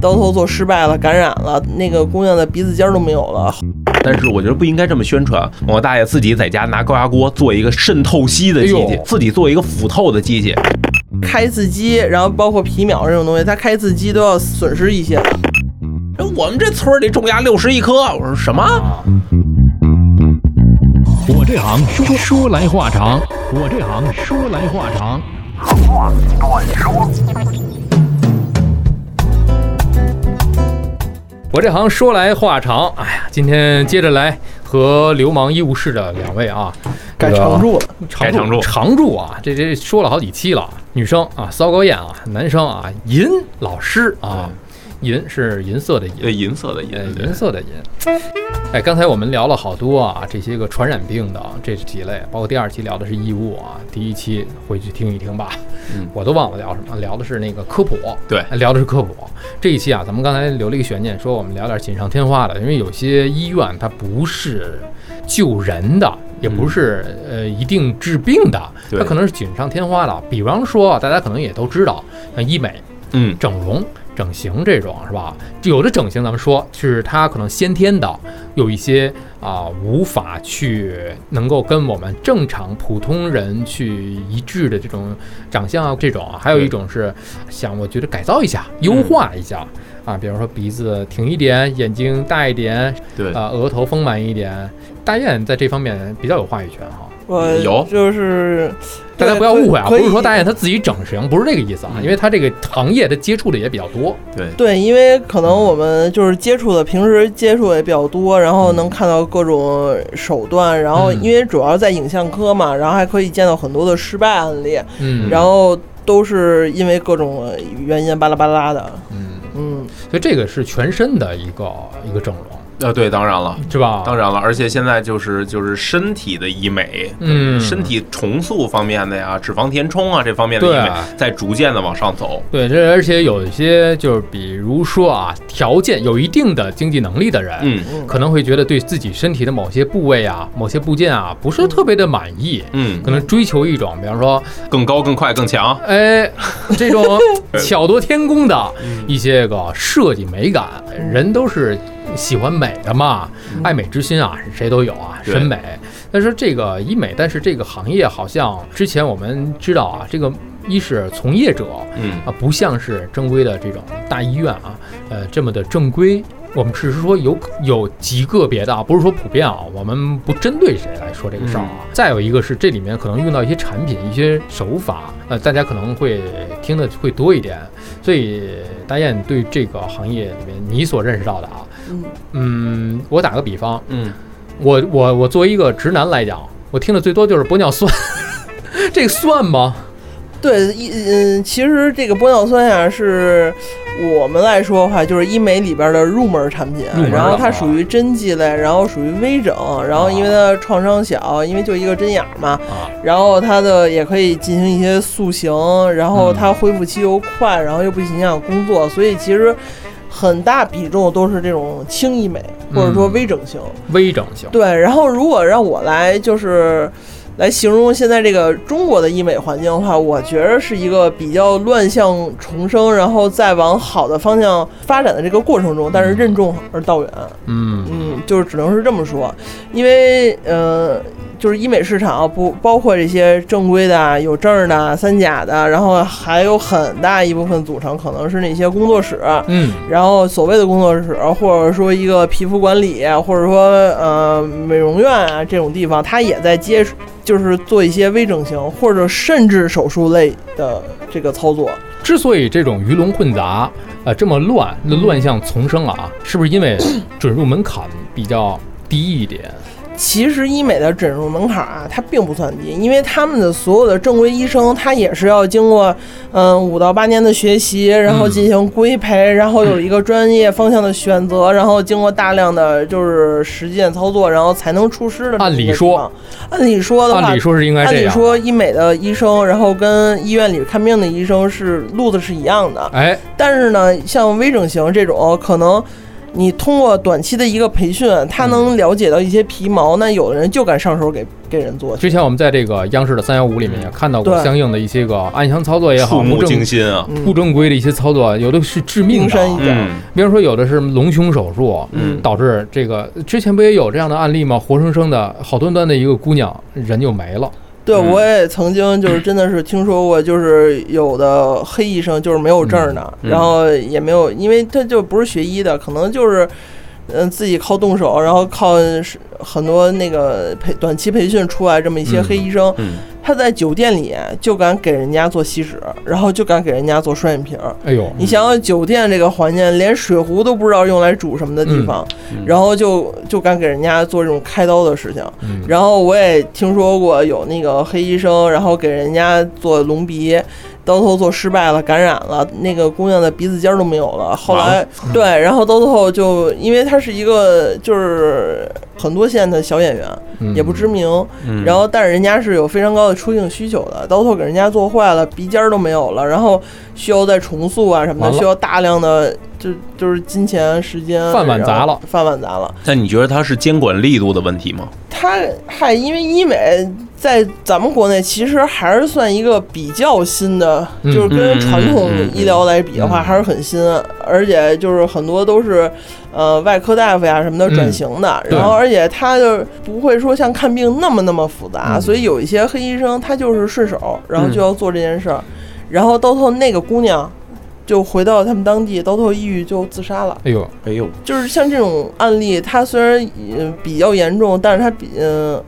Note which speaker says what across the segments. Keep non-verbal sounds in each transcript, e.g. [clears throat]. Speaker 1: 刀头做失败了，感染了，那个姑娘的鼻子尖儿都没有了。
Speaker 2: 但是我觉得不应该这么宣传。我大爷自己在家拿高压锅做一个渗透析的机
Speaker 3: 哎
Speaker 2: 器
Speaker 3: 呦，
Speaker 2: 自己做一个腐透的机器。哎
Speaker 1: 开字机，然后包括皮秒这种东西，它开字机都要损失一些。
Speaker 2: 哎我们这村儿里种牙六十一棵，我说什么？
Speaker 4: 我这行说说来话长，我这行说来话长。
Speaker 3: 我这行说来话长，哎呀，今天接着来和流氓医务室的两位啊，
Speaker 1: 改
Speaker 3: 这个
Speaker 1: 常驻了，
Speaker 2: 改常驻
Speaker 3: 常驻啊，这这说了好几期了，女生啊骚高艳啊，男生啊银老师啊，银是银色的银，
Speaker 2: 呃，银色的银
Speaker 3: 呃，
Speaker 2: 对
Speaker 3: 银色的银。哎，刚才我们聊了好多啊，这些个传染病的啊这几类，包括第二期聊的是义务啊，第一期回去听一听吧。
Speaker 2: 嗯
Speaker 3: 我都忘了聊什么，聊的是那个科普。哎
Speaker 2: 对
Speaker 3: 聊的是科普。这一期啊，咱们刚才留了一个悬念，说我们聊点锦上添花的，因为有些医院它不是救人的，也不是、呃一定治病的，
Speaker 2: 嗯对
Speaker 3: 它可能是锦上添花的。啊比方说，大家可能也都知道，像医美
Speaker 2: 嗯，
Speaker 3: 整容、整形这种是吧？有的整形咱们说是它可能先天的，有一些啊、无法去能够跟我们正常普通人去一致的这种长相啊，这种啊，还有一种是想我觉得改造一下、
Speaker 1: 嗯
Speaker 3: 优化一下。啊，比方说鼻子挺一点，眼睛大一点，
Speaker 2: 对，
Speaker 3: 啊、额头丰满一点。大雁在这方面比较有话语权哈。
Speaker 1: 我
Speaker 2: 有
Speaker 1: 就是
Speaker 3: 大家不要误会啊，
Speaker 1: 可
Speaker 3: 不
Speaker 1: 以
Speaker 3: 是说大雁她自己整形，不是这个意思啊，
Speaker 2: 嗯
Speaker 3: 因为她这个行业的接触的也比较多。
Speaker 2: 对，
Speaker 1: 对，因为可能我们就是接触的，平时接触也比较多，然后能看到各种手段，然后
Speaker 3: 嗯
Speaker 1: 因为主要在影像科嘛，然后还可以见到很多的失败案例，
Speaker 3: 嗯，
Speaker 1: 然后都是因为各种原因巴拉巴拉的，
Speaker 3: 嗯，
Speaker 1: 嗯，
Speaker 3: 所以这个是全身的一个一个整容，
Speaker 2: 呃，对，当然了。
Speaker 3: 是吧？
Speaker 2: 当然了，而且现在就是就是身体的医美，
Speaker 3: 嗯
Speaker 2: 身体重塑方面的呀，脂肪填充啊这方面的医
Speaker 3: 对
Speaker 2: 美，在逐渐的往上走。
Speaker 3: 对，这而且有一些就是比如说啊，条件有一定的经济能力的人，
Speaker 2: 嗯
Speaker 3: 可能会觉得对自己身体的某些部位啊、某些部件啊不是特别的满意。
Speaker 2: 嗯，
Speaker 3: 可能追求一种，比方说，
Speaker 2: 更高、更快、更强。
Speaker 3: 哎，这种巧夺天工的一些个设计美感，人都是喜欢美的嘛，爱美之心啊，谁都有啊，
Speaker 2: 对
Speaker 3: 审美。但是这个医美，但是这个行业好像之前我们知道啊，这个一是从业者，
Speaker 2: 嗯，
Speaker 3: 啊，不像是正规的这种大医院啊，呃，这么的正规。我们只是说有有极个别的啊，不是说普遍啊，我们不针对谁来说这个事儿啊。再有一个是这里面可能用到一些产品、一些手法，呃，大家可能会听的会多一点。所以大雁对这个行业里面你所认识到的啊，
Speaker 1: 嗯
Speaker 3: 嗯，我打个比方，
Speaker 2: 嗯，
Speaker 3: 我我我作为一个直男来讲，我听的最多就是玻尿酸， [laughs] 这个算吗？
Speaker 1: 对，一嗯，其实这个玻尿酸呀、是我们来说的话，就是医美里边的入门产品
Speaker 3: 入门，
Speaker 1: 然后
Speaker 3: 了啊
Speaker 1: 它属于针剂类，然后属于微整，然后因为它的创伤小，因为就一个针眼儿嘛，
Speaker 3: 啊
Speaker 1: 然后它的也可以进行一些塑形，然后
Speaker 3: 嗯
Speaker 1: 它恢复期又快，然后又不影响工作，所以其实很大比重都是这种轻医美或者说
Speaker 3: 嗯
Speaker 1: 微整形。
Speaker 3: 微整形，
Speaker 1: 对，然后如果让我来就是来形容现在这个中国的医美环境的话，我觉得是一个比较乱象丛生，然后再往好的方向发展的这个过程中，但是任重而道远。
Speaker 3: 嗯
Speaker 1: 嗯，就是只能是这么说，因为呃，就是医美市场啊不包括这些正规的啊、有证儿的啊、三甲的，然后还有很大一部分组成可能是那些工作室，
Speaker 3: 嗯。
Speaker 1: 然后所谓的工作室，或者说一个皮肤管理，或者说呃美容院啊这种地方，它也在接，就是做一些微整形或者甚至手术类的这个操作。
Speaker 3: 之所以这种鱼龙混杂，呃，这么乱，
Speaker 1: 嗯
Speaker 3: 乱象丛生啊，是不是
Speaker 1: [clears throat]
Speaker 3: 因为准入门槛比较低一点？
Speaker 1: 其实医美的诊术门槛啊，它并不算低，因为他们的所有的正规医生，他也是要经过嗯五到八年的学习，然后进行规培，然后有一个专业方向的选择，然后经过大量的就是实践操作，然后才能出师的。
Speaker 3: 按理说，
Speaker 1: 按理说的话，
Speaker 3: 按理说是应该
Speaker 1: 按
Speaker 3: 这
Speaker 1: 理
Speaker 3: 样。
Speaker 1: 说，医美的医生，然后跟医院里看病的医生是路子是一样的，
Speaker 3: 哎，
Speaker 1: 但是呢，像微整形这种，可能你通过短期的一个培训，他
Speaker 3: 嗯
Speaker 1: 能了解到一些皮毛。那有的人就敢上手给给人做去。
Speaker 3: 之前我们在这个央视的三幺五里面也看到过
Speaker 1: 嗯对
Speaker 3: 相应的一些个暗箱操作也好，
Speaker 2: 触
Speaker 3: 不
Speaker 2: 目
Speaker 3: 正
Speaker 2: 惊心啊！
Speaker 1: 嗯
Speaker 3: 不正规的一些操作，有的是致命
Speaker 1: 冰
Speaker 3: 的
Speaker 1: 山
Speaker 3: 啊
Speaker 1: 一。角，
Speaker 2: 嗯
Speaker 3: 比如说，有的是隆胸手术，
Speaker 2: 嗯，
Speaker 3: 导致这个之前不也有这样的案例吗？活生生的好端端的一个姑娘人就没了，
Speaker 1: 对
Speaker 2: 嗯
Speaker 1: 我也曾经就是真的是听说过，就是有的黑医生就是没有证儿的，
Speaker 2: 嗯
Speaker 1: 然后也没有，因为他就不是学医的，可能就是。嗯，自己靠动手，然后靠是很多那个培短期培训出来这么一些
Speaker 3: 嗯
Speaker 1: 黑医生，
Speaker 2: 嗯
Speaker 1: 他在酒店里就敢给人家做吸脂，然后就敢给人家做双眼皮儿，
Speaker 3: 哎呦，
Speaker 1: 你想想酒店这个环境，连水壶都不知道用来煮什么的地方，
Speaker 2: 嗯
Speaker 1: 然后就就敢给人家做这种开刀的事情。
Speaker 3: 嗯
Speaker 1: 然后我也听说过有那个黑医生，然后给人家做隆鼻。到头做失败了，感染了，那个姑娘的鼻子尖儿都没有了。后来，对，然后到最后就，因为她是一个就是很多线的小演员，
Speaker 3: 嗯
Speaker 1: 也不知名，
Speaker 2: 嗯，
Speaker 1: 然后，但是人家是有非常高的出镜需求的，刀头给人家做坏了，鼻尖儿都没有了，然后需要再重塑啊什么
Speaker 3: 完
Speaker 1: 的，
Speaker 3: 了
Speaker 1: 需要大量的就就是金钱、时间，
Speaker 3: 饭碗砸了
Speaker 1: 然后饭碗砸了。
Speaker 2: 但你觉得它是监管力度的问题吗？
Speaker 1: 他嗨，因为医美在咱们国内其实还是算一个比较新的，
Speaker 3: 嗯
Speaker 1: 就是
Speaker 2: 嗯
Speaker 1: 跟
Speaker 2: 嗯
Speaker 1: 传统
Speaker 2: 嗯嗯
Speaker 1: 医疗来比的话，
Speaker 3: 嗯
Speaker 1: 还是很新，而且就是很多都是呃外科大夫呀什么的
Speaker 3: 嗯
Speaker 1: 转型的，
Speaker 3: 对
Speaker 1: 然后而且他就不会说像看病那么那么复杂，
Speaker 3: 嗯
Speaker 1: 所以有一些黑医生他就是顺手，然后
Speaker 2: 嗯
Speaker 1: 就要做这件事儿，然后到最后那个姑娘。就回到他们当地，到最后抑郁就自杀了。
Speaker 3: 哎呦，
Speaker 2: 哎呦，
Speaker 1: 就是像这种案例，它虽然呃比较严重，但是它比呃，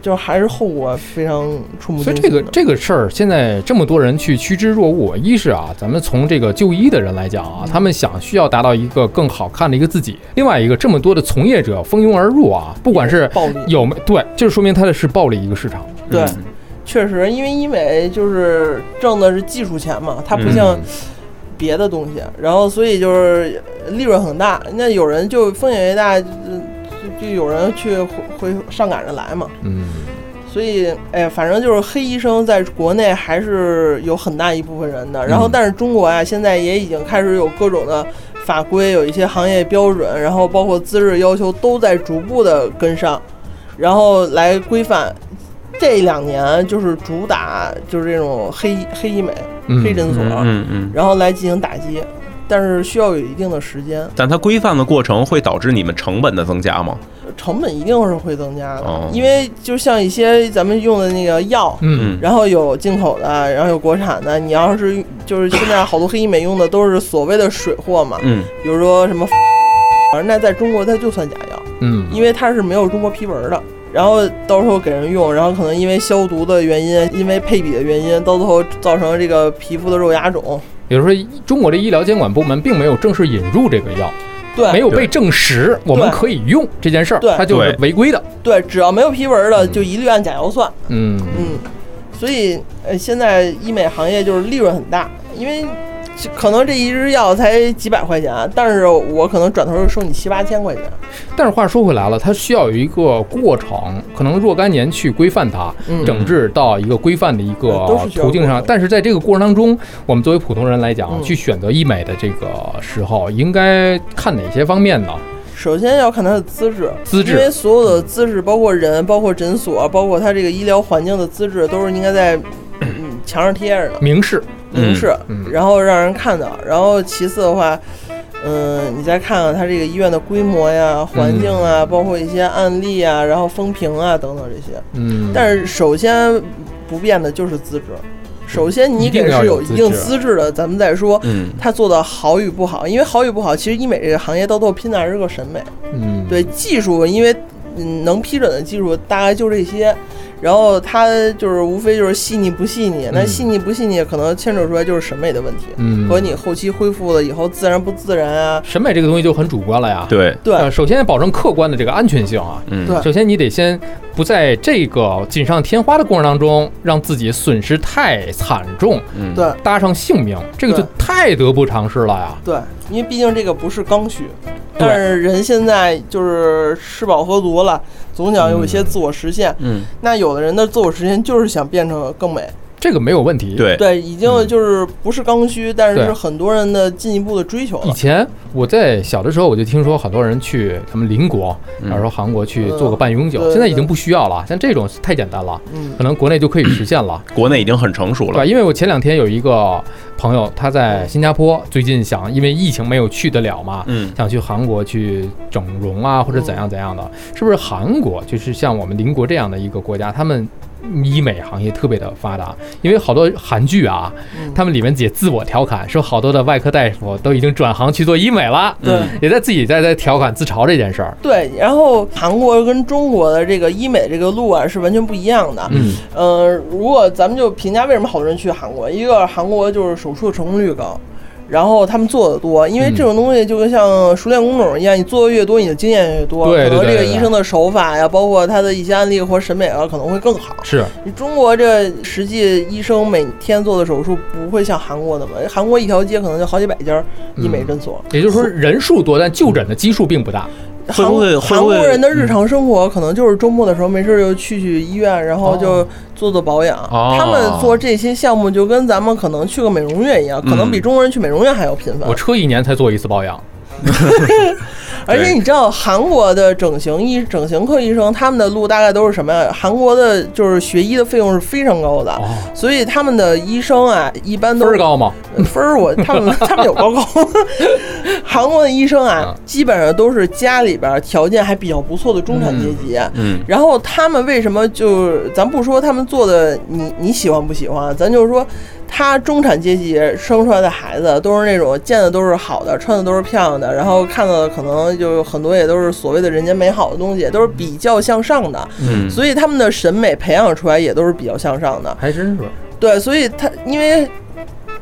Speaker 1: 就还是后果非常触目惊心
Speaker 3: 所以
Speaker 1: 的。
Speaker 3: 这个这个事儿，现在这么多人去趋之若鹜。一是啊，咱们从这个就医的人来讲
Speaker 1: 嗯
Speaker 3: 啊，他们想需要达到一个更好看的一个自己；另外一个，这么多的从业者蜂拥而入啊，不管是
Speaker 1: 暴力
Speaker 3: 有没对，就是说明它的是暴利一个市场。
Speaker 1: 对
Speaker 2: 嗯
Speaker 1: 确实，因为医美就是挣的是技术钱嘛，它不像
Speaker 3: 嗯
Speaker 1: 别的东西，然后所以就是利润很大。那有人就风险越大，就就就有人去回回上赶着来嘛。
Speaker 3: 嗯，
Speaker 1: 所以，哎，反正就是黑医生在国内还是有很大一部分人的。然后，
Speaker 3: 嗯
Speaker 1: 但是中国呀、啊现在也已经开始有各种的法规，有一些行业标准，然后包括资质要求都在逐步的跟上，然后来规范。这两年就是主打就是这种黑黑医美、
Speaker 3: 嗯
Speaker 1: 黑诊所，
Speaker 2: 嗯嗯。
Speaker 1: 然后来进行打击，但是需要有一定的时间，
Speaker 2: 但它规范的过程会导致你们成本的增加吗？
Speaker 1: 成本一定是会增加的，
Speaker 2: 哦
Speaker 1: 因为就像一些咱们用的那个药，
Speaker 3: 嗯，
Speaker 1: 然后有进口的，然后有国产的。你要是就是现在好多黑医美用的都是所谓的水货嘛，
Speaker 2: 嗯，
Speaker 1: 比如说什么， [laughs] 那在中国它就算假药，
Speaker 3: 嗯，
Speaker 1: 因为它是没有中国批文的。然后到时候给人用，然后可能因为消毒的原因，因为配比的原因，到最后造成这个皮肤的肉芽肿。
Speaker 3: 也就是说，中国的医疗监管部门并没有正式引入这个药，
Speaker 1: 对，
Speaker 3: 没有被证实我们可以用这件事儿
Speaker 1: 对，
Speaker 3: 它就是
Speaker 2: 对
Speaker 3: 违规的。
Speaker 1: 对，只要没有批文的，就一律按假药算。
Speaker 3: 嗯
Speaker 1: 嗯，所以呃，现在医美行业就是利润很大，因为这可能这一支药才几百块钱，但是我可能转头就收你七八千块钱。
Speaker 3: 但是话说回来了，它需要有一个过程，可能若干年去规范它，
Speaker 1: 嗯
Speaker 3: 整治到一个规范的一个
Speaker 1: 呃都是需要
Speaker 3: 途径
Speaker 1: 过
Speaker 3: 上
Speaker 1: 程。
Speaker 3: 但是在这个过程当中，我们作为普通人来讲，
Speaker 1: 嗯
Speaker 3: 去选择医美的这个时候，应该看哪些方面呢？
Speaker 1: 首先要看它的资质，
Speaker 3: 资质
Speaker 1: 因为所有的资质，包括人、包括诊所、包括它这个医疗环境的资质，都是应该在嗯墙上贴着的
Speaker 3: 明示，
Speaker 2: 嗯
Speaker 1: 明示，
Speaker 3: 嗯
Speaker 1: 然后让人看到。然后其次的话，嗯，你再看看它这个医院的规模呀、环境啊，包括一些案例啊，然后风评啊等等这些。
Speaker 3: 嗯，
Speaker 1: 但是首先不变的就是资质，首先你
Speaker 3: 一定
Speaker 1: 得
Speaker 3: 要
Speaker 1: 是
Speaker 3: 有
Speaker 1: 有一
Speaker 3: 资
Speaker 1: 定
Speaker 3: 质
Speaker 1: 资质的，咱们再说
Speaker 2: 嗯
Speaker 1: 它做的好与不好。因为好与不好，其实医美这个行业到最后拼的还是个审美。
Speaker 3: 嗯，
Speaker 1: 对技术，因为嗯能批准的技术大概就这些，然后它就是无非就是细腻不细腻，那
Speaker 3: 嗯
Speaker 1: 细腻不细腻可能牵扯出来就是审美的问题，
Speaker 3: 嗯
Speaker 1: 和你后期恢复了以后自然不自然啊。
Speaker 3: 审美这个东西就很主观了呀。
Speaker 2: 对，
Speaker 1: 对，
Speaker 3: 呃，首先保证客观的这个安全性啊。
Speaker 2: 嗯
Speaker 1: 对
Speaker 3: 首先，你得先不在这个锦上添花的过程当中，让自己损失太惨重，
Speaker 2: 嗯
Speaker 1: 对
Speaker 3: 搭上性命，这个就
Speaker 1: 对
Speaker 3: 太得不偿失了呀。
Speaker 1: 对，因为毕竟这个不是刚需，
Speaker 3: 对
Speaker 1: 但是人现在就是吃饱喝足了，总想有一些自我实现。
Speaker 2: 嗯
Speaker 1: 那有的人的自我实现就是想变成更美，
Speaker 3: 这个没有问题。，
Speaker 2: 对，
Speaker 1: 对，已经就是不是刚需，但是
Speaker 3: 嗯对
Speaker 1: 是很多人的进一步的追求
Speaker 3: 以
Speaker 1: 了。
Speaker 3: 前我在小的时候，我就听说好多人去他们邻国，然后说韩国去做个半永久，
Speaker 1: 嗯对
Speaker 3: 现在已经不需要了，像这种太简单了，
Speaker 1: 嗯
Speaker 3: 可能国内就可以实现了。
Speaker 2: 国内已经很成熟
Speaker 3: 对吧，
Speaker 2: 了。
Speaker 3: 因为我前两天有一个朋友，他在新加坡，最近想因为疫情没有去得了嘛，
Speaker 2: 嗯，
Speaker 3: 想去韩国去整容啊，或者怎样怎样的，是不是韩国就是像我们邻国这样的一个国家，他们医美行业特别的发达，因为好多韩剧啊，
Speaker 1: 嗯，
Speaker 3: 他们里面也自我调侃说，好多的外科大夫都已经转行去做医美了，
Speaker 1: 对。
Speaker 2: 嗯
Speaker 3: 也在自己在在调侃自嘲这件事儿。
Speaker 1: 对，然后韩国跟中国的这个医美这个路啊是完全不一样的。
Speaker 3: 嗯，
Speaker 1: 呃，如果咱们就评价为什么好多人去韩国，一个韩国就是手术的成功率高，然后他们做的多，
Speaker 3: 嗯
Speaker 1: 因为这种东西就跟像熟练工种一样，你做的越多，你的经验越多，
Speaker 3: 对对
Speaker 1: 可能
Speaker 3: 对
Speaker 1: 这个
Speaker 3: 对
Speaker 1: 医生的手法呀，包括他的一些案例或审美啊，可能会更好。
Speaker 3: 是
Speaker 1: 你中国这实际医生每天做的手术不会像韩国那么，韩国一条街可能就好几百家
Speaker 3: 嗯
Speaker 1: 医美诊所，
Speaker 3: 也就是说人数多，但就诊的基数并不大。
Speaker 2: 会不会会嗯
Speaker 1: 韩
Speaker 2: 不
Speaker 1: 国
Speaker 2: 会
Speaker 1: 人的日常生活可能就是周末的时候没事儿就去去医院，然后就做做保养。
Speaker 2: 哦
Speaker 1: 他们做这些项目就跟咱们可能去个美容院一样，
Speaker 2: 嗯
Speaker 1: 可能比中国人去美容院还要频繁
Speaker 3: 我。车一年才做一次保养，
Speaker 1: 而且你知道韩国的整形医整形科医生他们的路大概都是什么呀？韩国的就是学医的费用是非常高的，
Speaker 3: 哦
Speaker 1: 所以他们的医生啊一般
Speaker 3: 分
Speaker 1: 都
Speaker 3: 儿高吗？
Speaker 1: 分儿
Speaker 2: [laughs]
Speaker 1: 我他们他们有高高，韩国的医生啊
Speaker 3: 嗯，
Speaker 1: 基本上都是家里边儿条件还比较不错的中产阶级。
Speaker 2: 嗯
Speaker 1: 然后他们为什么就是咱不说他们做的你你喜欢不喜欢啊，咱就是说，他中产阶级生出来的孩子都是那种见的都是好的，穿的都是漂亮的，然后看到的可能就很多也都是所谓的人间美好的东西，都是比较向上的，
Speaker 2: 嗯，
Speaker 1: 所以他们的审美培养出来也都是比较向上的。
Speaker 3: 还真是。
Speaker 1: 对，所以他因为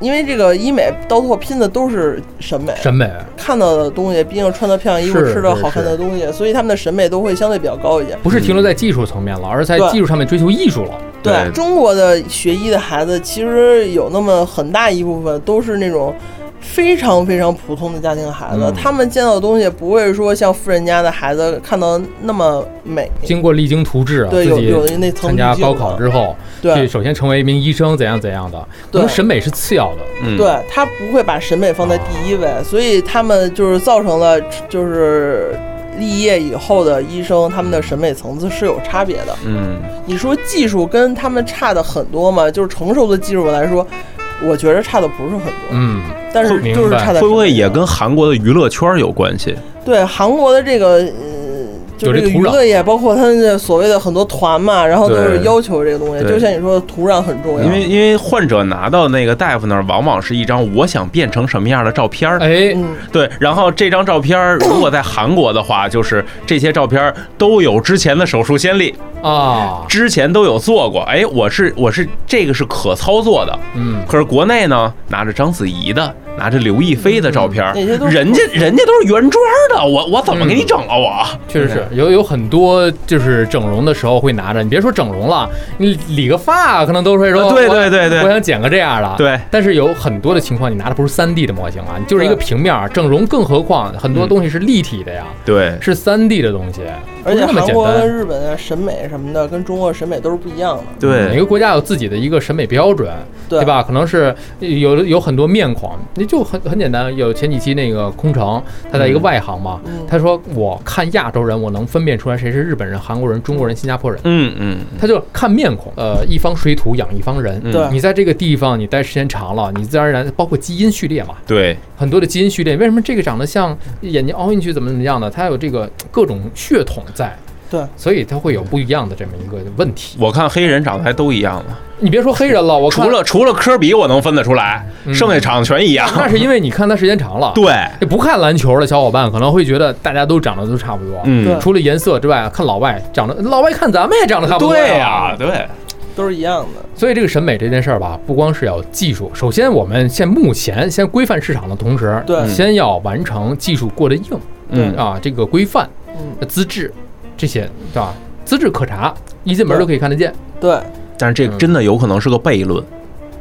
Speaker 1: 因为这个医美到最后拼的都是审美，
Speaker 3: 审美，
Speaker 1: 看到的东西，毕竟穿的漂亮衣服，
Speaker 3: 是
Speaker 1: 吃的
Speaker 3: 是
Speaker 1: 好看的
Speaker 3: 是
Speaker 1: 东西，所以他们的审美都会相对比较高一些。
Speaker 3: 不是停留在技术层面了，而是在
Speaker 1: 对
Speaker 3: 技术上面追求艺术了。
Speaker 2: 对
Speaker 1: 中国的学医的孩子，其实有那么很大一部分都是那种。非常非常普通的家庭孩子，
Speaker 2: 嗯
Speaker 1: 他们见到的东西不会说像富人家的孩子看到那么美，
Speaker 3: 经过励精图治，啊
Speaker 1: 对，
Speaker 3: 自
Speaker 1: 有有
Speaker 3: 己
Speaker 1: 的那层
Speaker 3: 参加
Speaker 1: 滤镜
Speaker 3: 高
Speaker 1: 了
Speaker 3: 考之后，去
Speaker 1: 对
Speaker 3: 首先成为一名医生，怎样怎样的，可能
Speaker 1: 对
Speaker 3: 审美是次要的。
Speaker 2: 嗯，
Speaker 1: 对他不会把审美放在第一位，所以他们就是造成了就是立业以后的医生，他们的审美层次是有差别的。
Speaker 2: 嗯，
Speaker 1: 你说技术跟他们差的很多吗？就是成熟的技术来说，我觉得差的不是很多，
Speaker 3: 嗯，
Speaker 1: 但是
Speaker 3: 明白
Speaker 1: 就是差在
Speaker 2: 会不会
Speaker 1: 审美
Speaker 2: 也
Speaker 1: 上
Speaker 2: 跟韩国的娱乐圈有关系？
Speaker 1: 对韩国的这个呃，就这
Speaker 3: 有这
Speaker 1: 个娱
Speaker 3: 土壤
Speaker 1: 乐业，包括他们的所谓的很多团嘛，然后都是
Speaker 2: 对
Speaker 1: 要求这个东西，
Speaker 2: 对
Speaker 1: 就像你说的土壤很重要，
Speaker 2: 因为因为患者拿到那个大夫那儿，往往是一张我想变成什么样的照片儿。
Speaker 3: 哎，
Speaker 1: 嗯。
Speaker 2: 对，然后这张照片儿如果在韩国的话，就是这些照片儿都有之前的手术先例，
Speaker 3: 啊，
Speaker 2: 之前都有做过。哎，我是我是这个是可操作的。
Speaker 3: 嗯，
Speaker 2: 可是国内呢，拿着章子怡的，拿着刘亦菲的照片儿，
Speaker 1: 嗯那些都是
Speaker 2: 人家人家都是原装的，我我怎么给你整啊我？
Speaker 1: 嗯
Speaker 3: 确实是有有很多就是整容的时候会拿着，你别说整容了，你理个发可能都会说，
Speaker 2: 啊
Speaker 1: 呃
Speaker 2: 对
Speaker 3: 我
Speaker 2: 对对对
Speaker 3: 我想剪个这样的，
Speaker 2: 对。
Speaker 3: 但是有很多的情况，你拿的不是3 D 的模型啊，你就是一个
Speaker 1: 对
Speaker 3: 平面儿整容，更何况很多
Speaker 2: 嗯
Speaker 3: 东西是立体的呀，
Speaker 2: 对，
Speaker 3: 是3 D 的东西，不
Speaker 1: 而
Speaker 3: 是
Speaker 1: 且
Speaker 3: 那么
Speaker 1: 韩
Speaker 3: 简
Speaker 1: 国
Speaker 3: 单
Speaker 1: 跟。日本的审美什么的，跟中国的审美都是不一样的。
Speaker 3: 每
Speaker 2: 对，
Speaker 3: 个国嗯家有自己的一个审美标准，
Speaker 1: 对
Speaker 3: 吧？可能是有有很多面孔，你就很很简单。有前几期那个空城，他在一个外行嘛，
Speaker 1: 嗯
Speaker 3: 他说我看亚洲人，我能分辨出来谁是日本人、韩国人、中国人、新加坡人。
Speaker 2: 嗯嗯，
Speaker 3: 他就看面孔，呃，一方水土养一方人。
Speaker 2: 嗯
Speaker 1: 对
Speaker 3: 你在这个地方你待时间长了，你自然而然包括基因序列嘛，
Speaker 2: 对，
Speaker 3: 很多的基因序列。为什么这个长得像眼睛凹进去怎么怎么样的？它有这个各种血统在，
Speaker 1: 对，
Speaker 3: 所以它会有不一样的这么一个问题。
Speaker 2: 我看黑人长得还都一样了，
Speaker 3: 你别说黑人了，我看
Speaker 2: 除了除了科比我能分得出来，
Speaker 3: 嗯
Speaker 2: 剩下长得全一样。
Speaker 3: [laughs] 那是因为你看他时间长了。
Speaker 2: 对，
Speaker 3: 这不看篮球的小伙伴可能会觉得大家都长得都差不多，
Speaker 2: 嗯
Speaker 1: 对，
Speaker 3: 除了颜色之外，看老外长得，老外看咱们也长得差不多
Speaker 2: 对呀，对，
Speaker 1: 都是一样的。
Speaker 3: 所以这个审美这件事儿吧，不光是要技术，首先我们现目前先规范市场的同时，
Speaker 1: 对
Speaker 3: 先要完成技术过得硬，
Speaker 2: 嗯
Speaker 3: 啊，这个规范、
Speaker 1: 嗯，
Speaker 3: 资质这些，对吧？资质可查，一进门
Speaker 1: 对
Speaker 3: 就可以看得见。
Speaker 1: 对，
Speaker 3: 嗯
Speaker 2: 但是这真的有可能是个悖论，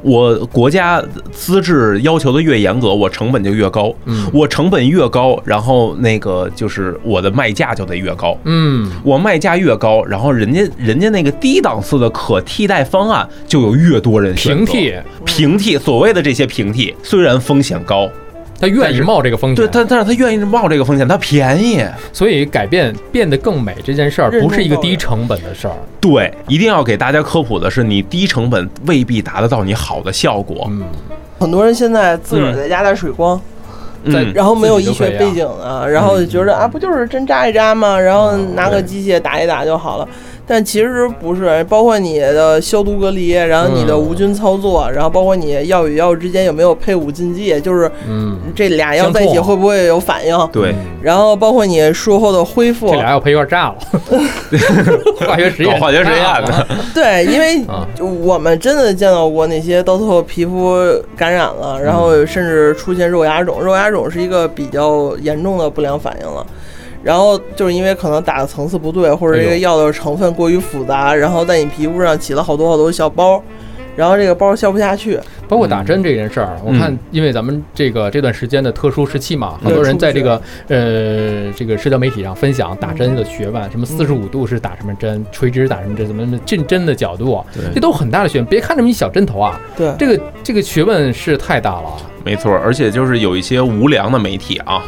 Speaker 2: 我国家资质要求的越严格，我成本就越高。
Speaker 3: 嗯
Speaker 2: 我成本越高，然后那个就是我的卖价就得越高。
Speaker 3: 嗯，
Speaker 2: 我卖价越高，然后人家人家那个低档次的可替代方案就有越多人选择
Speaker 3: 平替，
Speaker 2: 平替所谓的这些平替，虽然风险高，
Speaker 3: 他愿
Speaker 2: 但
Speaker 3: 意
Speaker 2: 是
Speaker 3: 冒这个风险，
Speaker 2: 对，但但是他愿意冒这个风险，他便宜，
Speaker 3: 所以改变变得更美这件事儿，
Speaker 1: 任重
Speaker 3: 不是一个
Speaker 1: 道
Speaker 3: 低
Speaker 1: 远
Speaker 3: 成本的事儿。
Speaker 2: 对，一定要给大家科普的是，你低成本未必达得到你好的效果。
Speaker 3: 嗯，
Speaker 1: 很多人现在自个儿在家带水光，
Speaker 3: 在 [laughs]
Speaker 2: 嗯，
Speaker 1: 然后没有
Speaker 3: 自己
Speaker 1: 医
Speaker 3: 就可
Speaker 1: 学
Speaker 3: 以
Speaker 1: 背景啊，然后就觉得啊，不就是针扎一扎吗？然后
Speaker 3: 嗯
Speaker 1: 拿个
Speaker 3: 对
Speaker 1: 机械打一打就好了。但其实不是，包括你的消毒隔离，然后你的
Speaker 3: 嗯
Speaker 1: 无菌操作，然后包括你药与药之间有没有配伍禁忌，就是
Speaker 3: 嗯，
Speaker 1: 这俩药
Speaker 3: 相
Speaker 1: 在一起
Speaker 3: 冲
Speaker 1: 会不会有反应？
Speaker 2: 对，
Speaker 3: 嗯
Speaker 1: 然后包括你术后的恢复
Speaker 3: 这，俩要配一块
Speaker 2: [laughs]
Speaker 3: 儿炸了，化学实验，
Speaker 2: 搞化学实验的，
Speaker 1: [laughs] 对，因为
Speaker 3: 啊
Speaker 1: 就我们真的见到过那些到最后皮肤感染了，
Speaker 3: 嗯
Speaker 1: 然后甚至出现肉芽肿，肉芽肿是一个比较严重的不良反应了。然后就是因为可能打的层次不对，或者这
Speaker 3: 哎
Speaker 1: 个
Speaker 3: 呦
Speaker 1: 药的成分过于复杂，然后在你皮肤上起了好多好多小包，然后这个包消不下去。
Speaker 3: [laughs] 包括打针这件事儿，
Speaker 2: 嗯
Speaker 3: 我看因为咱们这个这段时间的特殊时期嘛，很多人在这个呃这个社交媒体上分享打针的学问，什么四十五度是打什么针，垂直打什么针，怎么怎么进针的角度，啊这都很大的学问。别看这么一小针头啊，
Speaker 1: 对，
Speaker 3: 这个这个学问是太大了，
Speaker 2: 没错。而且就是有一些无良的媒体啊，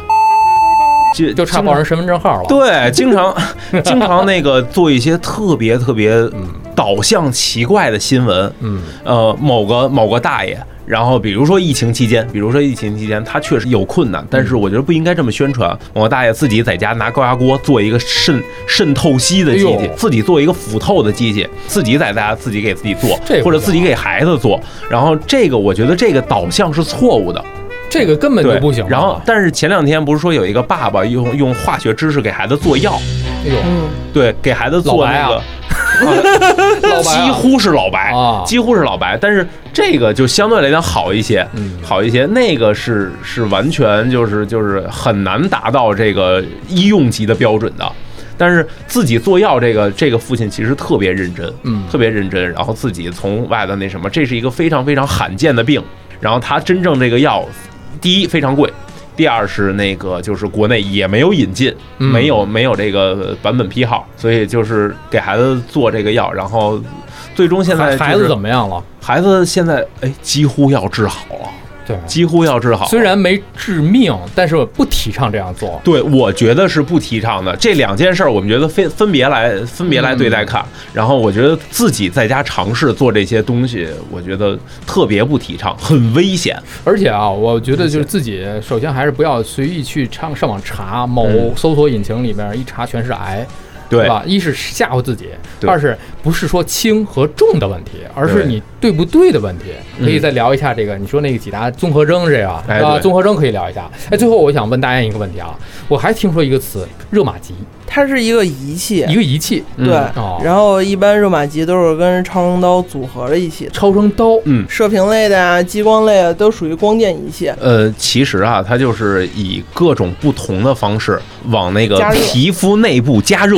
Speaker 2: 就
Speaker 3: 就差报人。身份证号了。，
Speaker 2: 对，经常 [laughs] 经常那个做一些特别特别
Speaker 3: 嗯
Speaker 2: 导向奇怪的新闻，
Speaker 3: 嗯
Speaker 2: 呃，某个某个大爷，然后比如说疫情期间，比如说疫情期间他确实有困难，但是
Speaker 3: 嗯
Speaker 2: 我觉得不应该这么宣传。啊某个大爷自己在家拿高压锅做一个渗渗透析的机
Speaker 3: 哎
Speaker 2: 器
Speaker 3: 呦，
Speaker 2: 自己做一个腐透的机器，自己在家自己给自己做
Speaker 3: 这，不
Speaker 2: 或者
Speaker 3: 行啊
Speaker 2: 自己给孩子做。然后这个我觉得这个导向是错误的，
Speaker 3: 这个根本就
Speaker 2: 对，
Speaker 3: 不行。啊
Speaker 2: 然后但是前两天不是说有一个爸爸用用化学知识给孩子做药，[laughs]
Speaker 3: 哎呦，
Speaker 1: 嗯，
Speaker 2: 对，给孩子
Speaker 3: 老
Speaker 2: 做
Speaker 3: 白
Speaker 2: 那
Speaker 3: 啊
Speaker 2: 个。
Speaker 3: 老白啊
Speaker 2: 几乎是老白
Speaker 3: 啊
Speaker 2: 几乎是老白，但是这个就相对来讲好一些，
Speaker 3: 嗯
Speaker 2: 好一些。那个是是完全就是就是很难达到这个医用级的标准的。但是自己做药，这个这个父亲其实特别认真，
Speaker 3: 嗯
Speaker 2: 特别认真。然后自己从外头那什么，这是一个非常非常罕见的病。然后他真正这个药，第一非常贵，第二是那个就是国内也没有引进，
Speaker 3: 嗯
Speaker 2: 没有没有这个版本批号，所以就是给孩子做这个药，然后最终现在、就是、
Speaker 3: 孩子怎么样了？
Speaker 2: 孩子现在哎几乎要治好了，
Speaker 3: 对，
Speaker 2: 几乎要治好了，
Speaker 3: 虽然没致命，但是我不提倡这样做。
Speaker 2: 对，我觉得是不提倡的。这两件事儿，我们觉得分分别来分别来对待看。
Speaker 3: 嗯
Speaker 2: 然后我觉得自己在家尝试做这些东西，我觉得特别不提倡，很危险。
Speaker 3: 而且啊，我觉得就是自己首先还是不要随意去上上网查某
Speaker 2: 嗯
Speaker 3: 搜索引擎里面一查全是癌，
Speaker 2: 对
Speaker 3: 对吧？一是吓唬自己，
Speaker 2: 对
Speaker 3: 二是不是说轻和重的问题，而是
Speaker 2: 对
Speaker 3: 你对不对的问题。
Speaker 2: 嗯
Speaker 3: 可以再聊一下这个，你说那个几大综合征这个啊
Speaker 2: 哎，
Speaker 3: 啊
Speaker 2: 对
Speaker 3: 综合征可以聊一下。哎，最后我想问大家一个问题啊，我还听说一个词热玛吉，
Speaker 1: 它是一个仪器，
Speaker 3: 一个仪器，
Speaker 1: 对
Speaker 2: 嗯，
Speaker 3: 哦
Speaker 1: 然后一般热玛吉都是跟超声刀组合在一起的，
Speaker 3: 超声
Speaker 2: [laughs]
Speaker 3: 刀，
Speaker 2: 嗯。
Speaker 1: 射频类的啊，激光类的都属于光电仪器。
Speaker 2: 呃，其实啊，它就是以各种不同的方式往那个
Speaker 1: 加热
Speaker 2: 皮肤内部加热，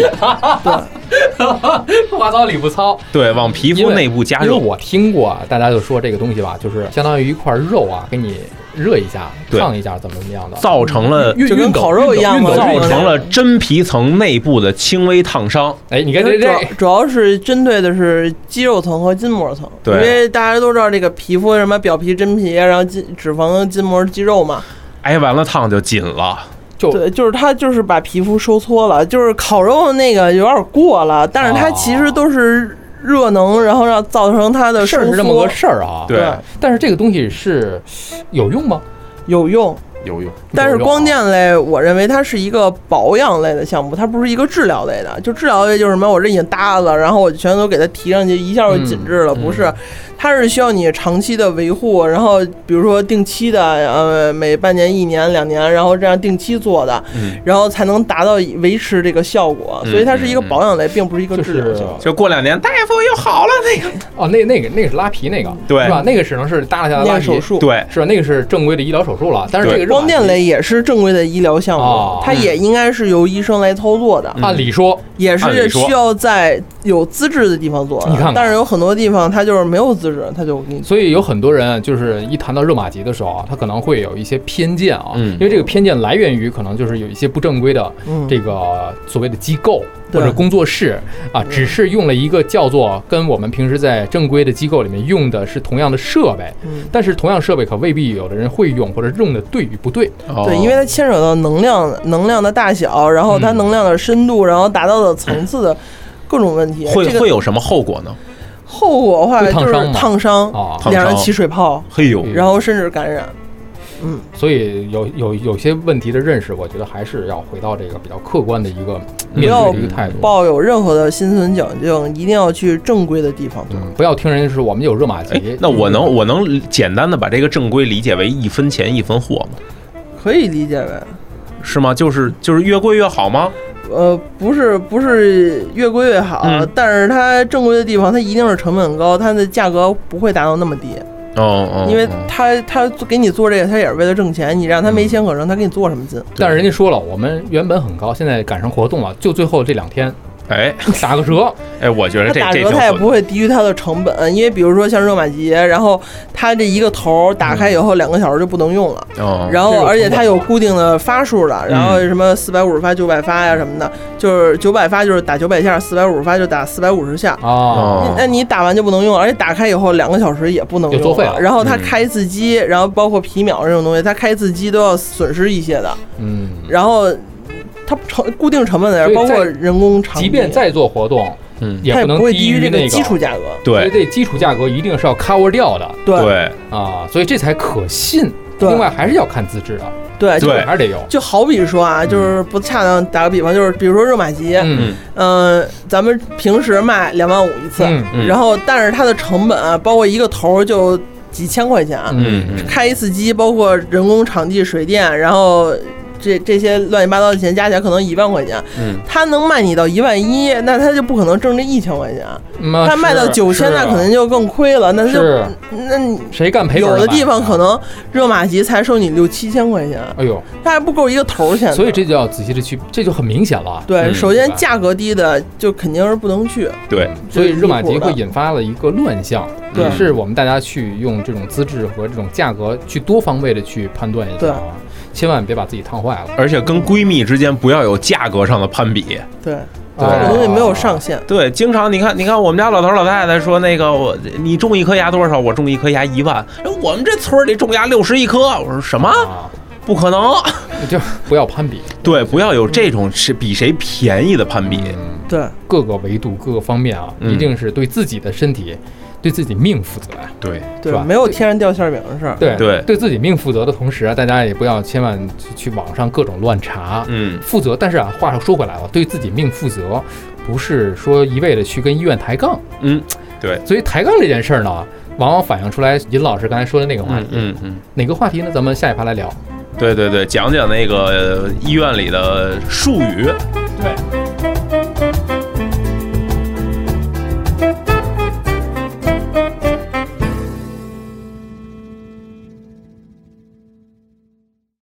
Speaker 3: 话糙理不糙。
Speaker 2: 对，往皮
Speaker 3: 因
Speaker 2: 肤
Speaker 3: 为
Speaker 2: 内部加
Speaker 3: 因
Speaker 2: 热。
Speaker 3: 为我听过，啊大家就说这个东西吧，就是相当于一块肉啊，给你热一下、
Speaker 2: 对
Speaker 3: 烫一下，怎么怎么样的。
Speaker 2: 造成了
Speaker 3: 运
Speaker 1: 就跟
Speaker 3: 运动
Speaker 1: 烤肉一样
Speaker 3: 运动
Speaker 1: 嘛是
Speaker 3: 运
Speaker 2: 造
Speaker 3: 动
Speaker 1: 吧
Speaker 2: 成了真皮层内部的轻微烫伤，
Speaker 3: 哎，你看
Speaker 1: 主
Speaker 3: 这
Speaker 1: 要
Speaker 3: 这
Speaker 1: 主要是针对的是肌肉层和筋膜层，
Speaker 2: 对
Speaker 1: 因为大家都知道这个皮肤什么表皮、真皮，然后筋脂肪、筋膜、肌肉嘛，
Speaker 2: 挨完了烫就紧了。
Speaker 3: 就
Speaker 1: 对，就是它就是把皮肤收缩了，就是烤肉那个有点过了，但是它
Speaker 3: 哦
Speaker 1: 其实都是热能，然后让造成它的
Speaker 3: 事
Speaker 1: 收
Speaker 3: 儿
Speaker 1: 缩，
Speaker 3: 是这么个事儿啊。
Speaker 2: 对
Speaker 1: 对，
Speaker 3: 但是这个东西是有用吗？
Speaker 1: 有用。
Speaker 2: 有用。
Speaker 1: 但是
Speaker 3: 有用啊
Speaker 1: 光电类，我认为它是一个保养类的项目，它不是一个治疗类的。就治疗类就是什么，我这已经搭了，然后我全都给它提上去，一下就紧致了，
Speaker 3: 嗯
Speaker 1: 不是？它是需要你长期的维护，然后比如说定期的，呃，每半年、一年、两年，然后这样定期做的，
Speaker 2: 嗯，
Speaker 1: 然后才能达到维持这个效果。
Speaker 2: 嗯
Speaker 1: 所以它是一个保养类，并不是一个
Speaker 3: 就
Speaker 1: 治疗
Speaker 3: 是
Speaker 1: 项目。
Speaker 2: 就过两年大夫又好了那个。
Speaker 3: 哦，那那个那个是拉皮那个，
Speaker 2: 对
Speaker 3: 是吧？那个只能是耷拉下来
Speaker 1: 那
Speaker 3: 拉
Speaker 1: 个
Speaker 3: 皮
Speaker 1: 手，术，
Speaker 2: 对，
Speaker 3: 是吧？那个是正规的医疗手术了。但是
Speaker 2: 对
Speaker 3: 这个啊热玛
Speaker 1: 光电
Speaker 3: 吉，
Speaker 1: 类也是正规的医疗项目，
Speaker 3: 哦
Speaker 1: 它也应该是由医生来操作的。
Speaker 2: 嗯
Speaker 3: 按理说
Speaker 1: 也
Speaker 2: 按理
Speaker 1: 是
Speaker 2: 说
Speaker 1: 需要在有资质的地方做了，
Speaker 3: 你看看
Speaker 1: 但是有很多地方它就是没有资质，它就给你。
Speaker 3: 所以有很多人啊就是一谈到热玛吉的时候啊，他可能会有一些偏见啊，
Speaker 2: 嗯
Speaker 3: 因为这个偏见来源于可能就是有一些不正规的
Speaker 1: 嗯
Speaker 3: 这个所谓的机构
Speaker 1: 对
Speaker 3: 或者工作室啊，只是用了一个叫做跟我们平时在正规的机构里面用的是同样的设备，
Speaker 1: 嗯
Speaker 3: 但是同样设备可未必有的人会用或者用的对与不对。
Speaker 1: 对，因为它牵扯到能量、能量的大小，然后它
Speaker 3: 嗯
Speaker 1: 能量的深度，然后达到的层次的各种问题。
Speaker 2: 会
Speaker 1: 这个
Speaker 2: 会有什么后果呢？
Speaker 1: 后果的话
Speaker 3: 会
Speaker 1: 就
Speaker 3: 烫
Speaker 1: 是
Speaker 3: 伤吗
Speaker 1: 烫伤
Speaker 3: 啊，嗯
Speaker 2: 烫
Speaker 1: 脸上
Speaker 2: 伤
Speaker 1: 起水泡，
Speaker 2: 嘿哎呦，
Speaker 1: 然后甚至感染。
Speaker 3: 所以有有有些问题的认识，我觉得还是要回到这个比较客观的一个
Speaker 1: 不
Speaker 3: 面
Speaker 1: 要
Speaker 3: 对的一个态度。
Speaker 1: 抱有任何的心存侥幸，一定要去正规的地方做。
Speaker 3: 嗯，不要听人家说我们有热玛
Speaker 2: 哎
Speaker 3: 吉，，
Speaker 2: 那我能我能简单的把这个正规理解为一分钱一分货吗？
Speaker 1: 可以理解为，
Speaker 2: 是吗？就是就是越贵越好吗？
Speaker 1: 呃，不是不是越贵越好，
Speaker 2: 嗯
Speaker 1: 但是它正规的地方，它一定是成本高，它的价格不会达到那么低，
Speaker 2: 哦哦，
Speaker 1: 因为
Speaker 2: 哦
Speaker 1: 它它给你做这个，它也是为了挣钱，你让它没钱可挣，它给你做什么劲？
Speaker 3: 但是人家说了，我们原本很高，现在赶上活动了，就最后这
Speaker 1: [laughs]
Speaker 3: 两天
Speaker 2: 哎
Speaker 3: 打个折，
Speaker 2: 哎，我觉得
Speaker 1: 它
Speaker 2: 这
Speaker 1: 打
Speaker 2: 这
Speaker 1: 折
Speaker 2: 挺
Speaker 1: 它也
Speaker 2: 损
Speaker 1: 不会低于它的成本，因为比如说像热玛吉，然后它这一个头儿打开以后两个小时就不能用了。
Speaker 2: 哦，
Speaker 1: 然
Speaker 3: 这
Speaker 1: 后
Speaker 3: 有
Speaker 1: 而且
Speaker 3: 成本
Speaker 1: 它有
Speaker 3: 吗
Speaker 1: 固定的发数的，
Speaker 2: 嗯
Speaker 1: 然后什么四百五十发、九百发呀什么的，就是九百发就是打九百下，四百五十发就打四百五十下。
Speaker 3: 啊，
Speaker 2: 哦
Speaker 1: 那你打完就不能用，而且打开以后两个小时也不能
Speaker 3: 就
Speaker 1: 用
Speaker 3: 作废了
Speaker 1: 然后它
Speaker 2: 嗯
Speaker 1: 开一次机，然后包括皮秒这种东西，它开一次机都要损失一些的。
Speaker 3: 嗯，
Speaker 1: 然后它成固定成本在这儿，
Speaker 3: 所
Speaker 1: 包
Speaker 3: 以在
Speaker 1: 括人工场地，
Speaker 3: 即便再做活动，
Speaker 2: 嗯，
Speaker 3: 也
Speaker 1: 它也
Speaker 3: 能
Speaker 1: 不会
Speaker 3: 低
Speaker 1: 低于这
Speaker 3: 那
Speaker 1: 基础，价格。
Speaker 3: 所以
Speaker 2: 对
Speaker 3: 这基础价格一定是要 cover 掉的
Speaker 1: 对
Speaker 2: 对，
Speaker 3: 啊，所以这才可信。
Speaker 1: 对
Speaker 3: 另外还是要看资质的，
Speaker 1: 对就
Speaker 2: 对
Speaker 3: 还是得有。
Speaker 1: 就好比说啊，就是不恰当，打个比方，就是比如说热玛吉，
Speaker 3: 嗯
Speaker 1: 嗯、咱们平时卖两万五一次，
Speaker 3: 嗯
Speaker 2: 嗯
Speaker 1: 然后但是它的成本啊，包括一个头儿就几千块钱，啊，
Speaker 2: 嗯嗯
Speaker 1: 开一次机，包括人工、场地、水电，然后这这些乱七八糟的钱加起来可能一万块钱， [laughs]
Speaker 2: 嗯，
Speaker 1: 它能卖你到一万一，那它就不可能挣这一千块钱，
Speaker 3: 嗯，
Speaker 1: 它卖到
Speaker 3: 是
Speaker 1: 九千，
Speaker 3: 是
Speaker 1: 那可能就更亏了，那它就是那你。
Speaker 3: 谁干赔本
Speaker 1: 有
Speaker 3: 儿
Speaker 1: 的
Speaker 3: 卖
Speaker 1: 地方可，能热玛吉才收你六七千块钱，
Speaker 3: 哎呦，
Speaker 1: 它还不够一个头儿钱呢。
Speaker 3: 所以这就要仔细的去，这就很明显了。啊
Speaker 1: 对，
Speaker 2: 嗯
Speaker 1: 首先
Speaker 3: 对吧
Speaker 1: 价格低的就肯定是不能去。
Speaker 2: 对，
Speaker 3: 所以热玛吉
Speaker 1: 嗯这是
Speaker 3: 会
Speaker 1: 离谱的
Speaker 3: 引发了一个乱象，
Speaker 1: 对
Speaker 3: 也是我们大家去用这种资质和这种价格去多方位的去判断一
Speaker 1: 对
Speaker 3: 下啊，千万别把自己烫坏了。
Speaker 2: 而且跟闺蜜之间不要有价格上的攀比。
Speaker 1: 对，这
Speaker 2: 对
Speaker 1: 个东西没有
Speaker 3: 啊
Speaker 1: 上限。
Speaker 2: 对，经常你看，你看我们家老头老太太说那个我你种一颗牙多少？我种一颗牙一万。哎我们这村儿里种牙六十一颗。我说什么？
Speaker 3: 啊，
Speaker 2: 不可能。
Speaker 3: 就不要攀比，
Speaker 2: 对，不要有这种是比谁便宜的攀比。
Speaker 3: 嗯
Speaker 1: 对，
Speaker 3: 各个维度、各个方面啊，
Speaker 2: 嗯
Speaker 3: 一定是对自己的身体、对自己命负责呀。
Speaker 2: 对
Speaker 1: 对
Speaker 3: 是吧，
Speaker 1: 没有天上掉馅儿饼的事儿。
Speaker 3: 对
Speaker 2: 对
Speaker 3: 对自己命负责的同时啊，大家也不要千万去去网上各种乱查。
Speaker 2: 嗯，
Speaker 3: 负责，但是啊，话又说回来了，对自己命负责，不是说一味的去跟医院抬杠。
Speaker 2: 嗯，对，
Speaker 3: 所以抬杠这件事儿呢，往往反映出来尹老师刚才说的那个话
Speaker 2: 嗯
Speaker 3: 题。
Speaker 2: 嗯嗯，
Speaker 3: 哪个话题呢？咱们下一趴来聊。
Speaker 2: 对对对，讲讲那个呃医院里的术语。
Speaker 3: 对，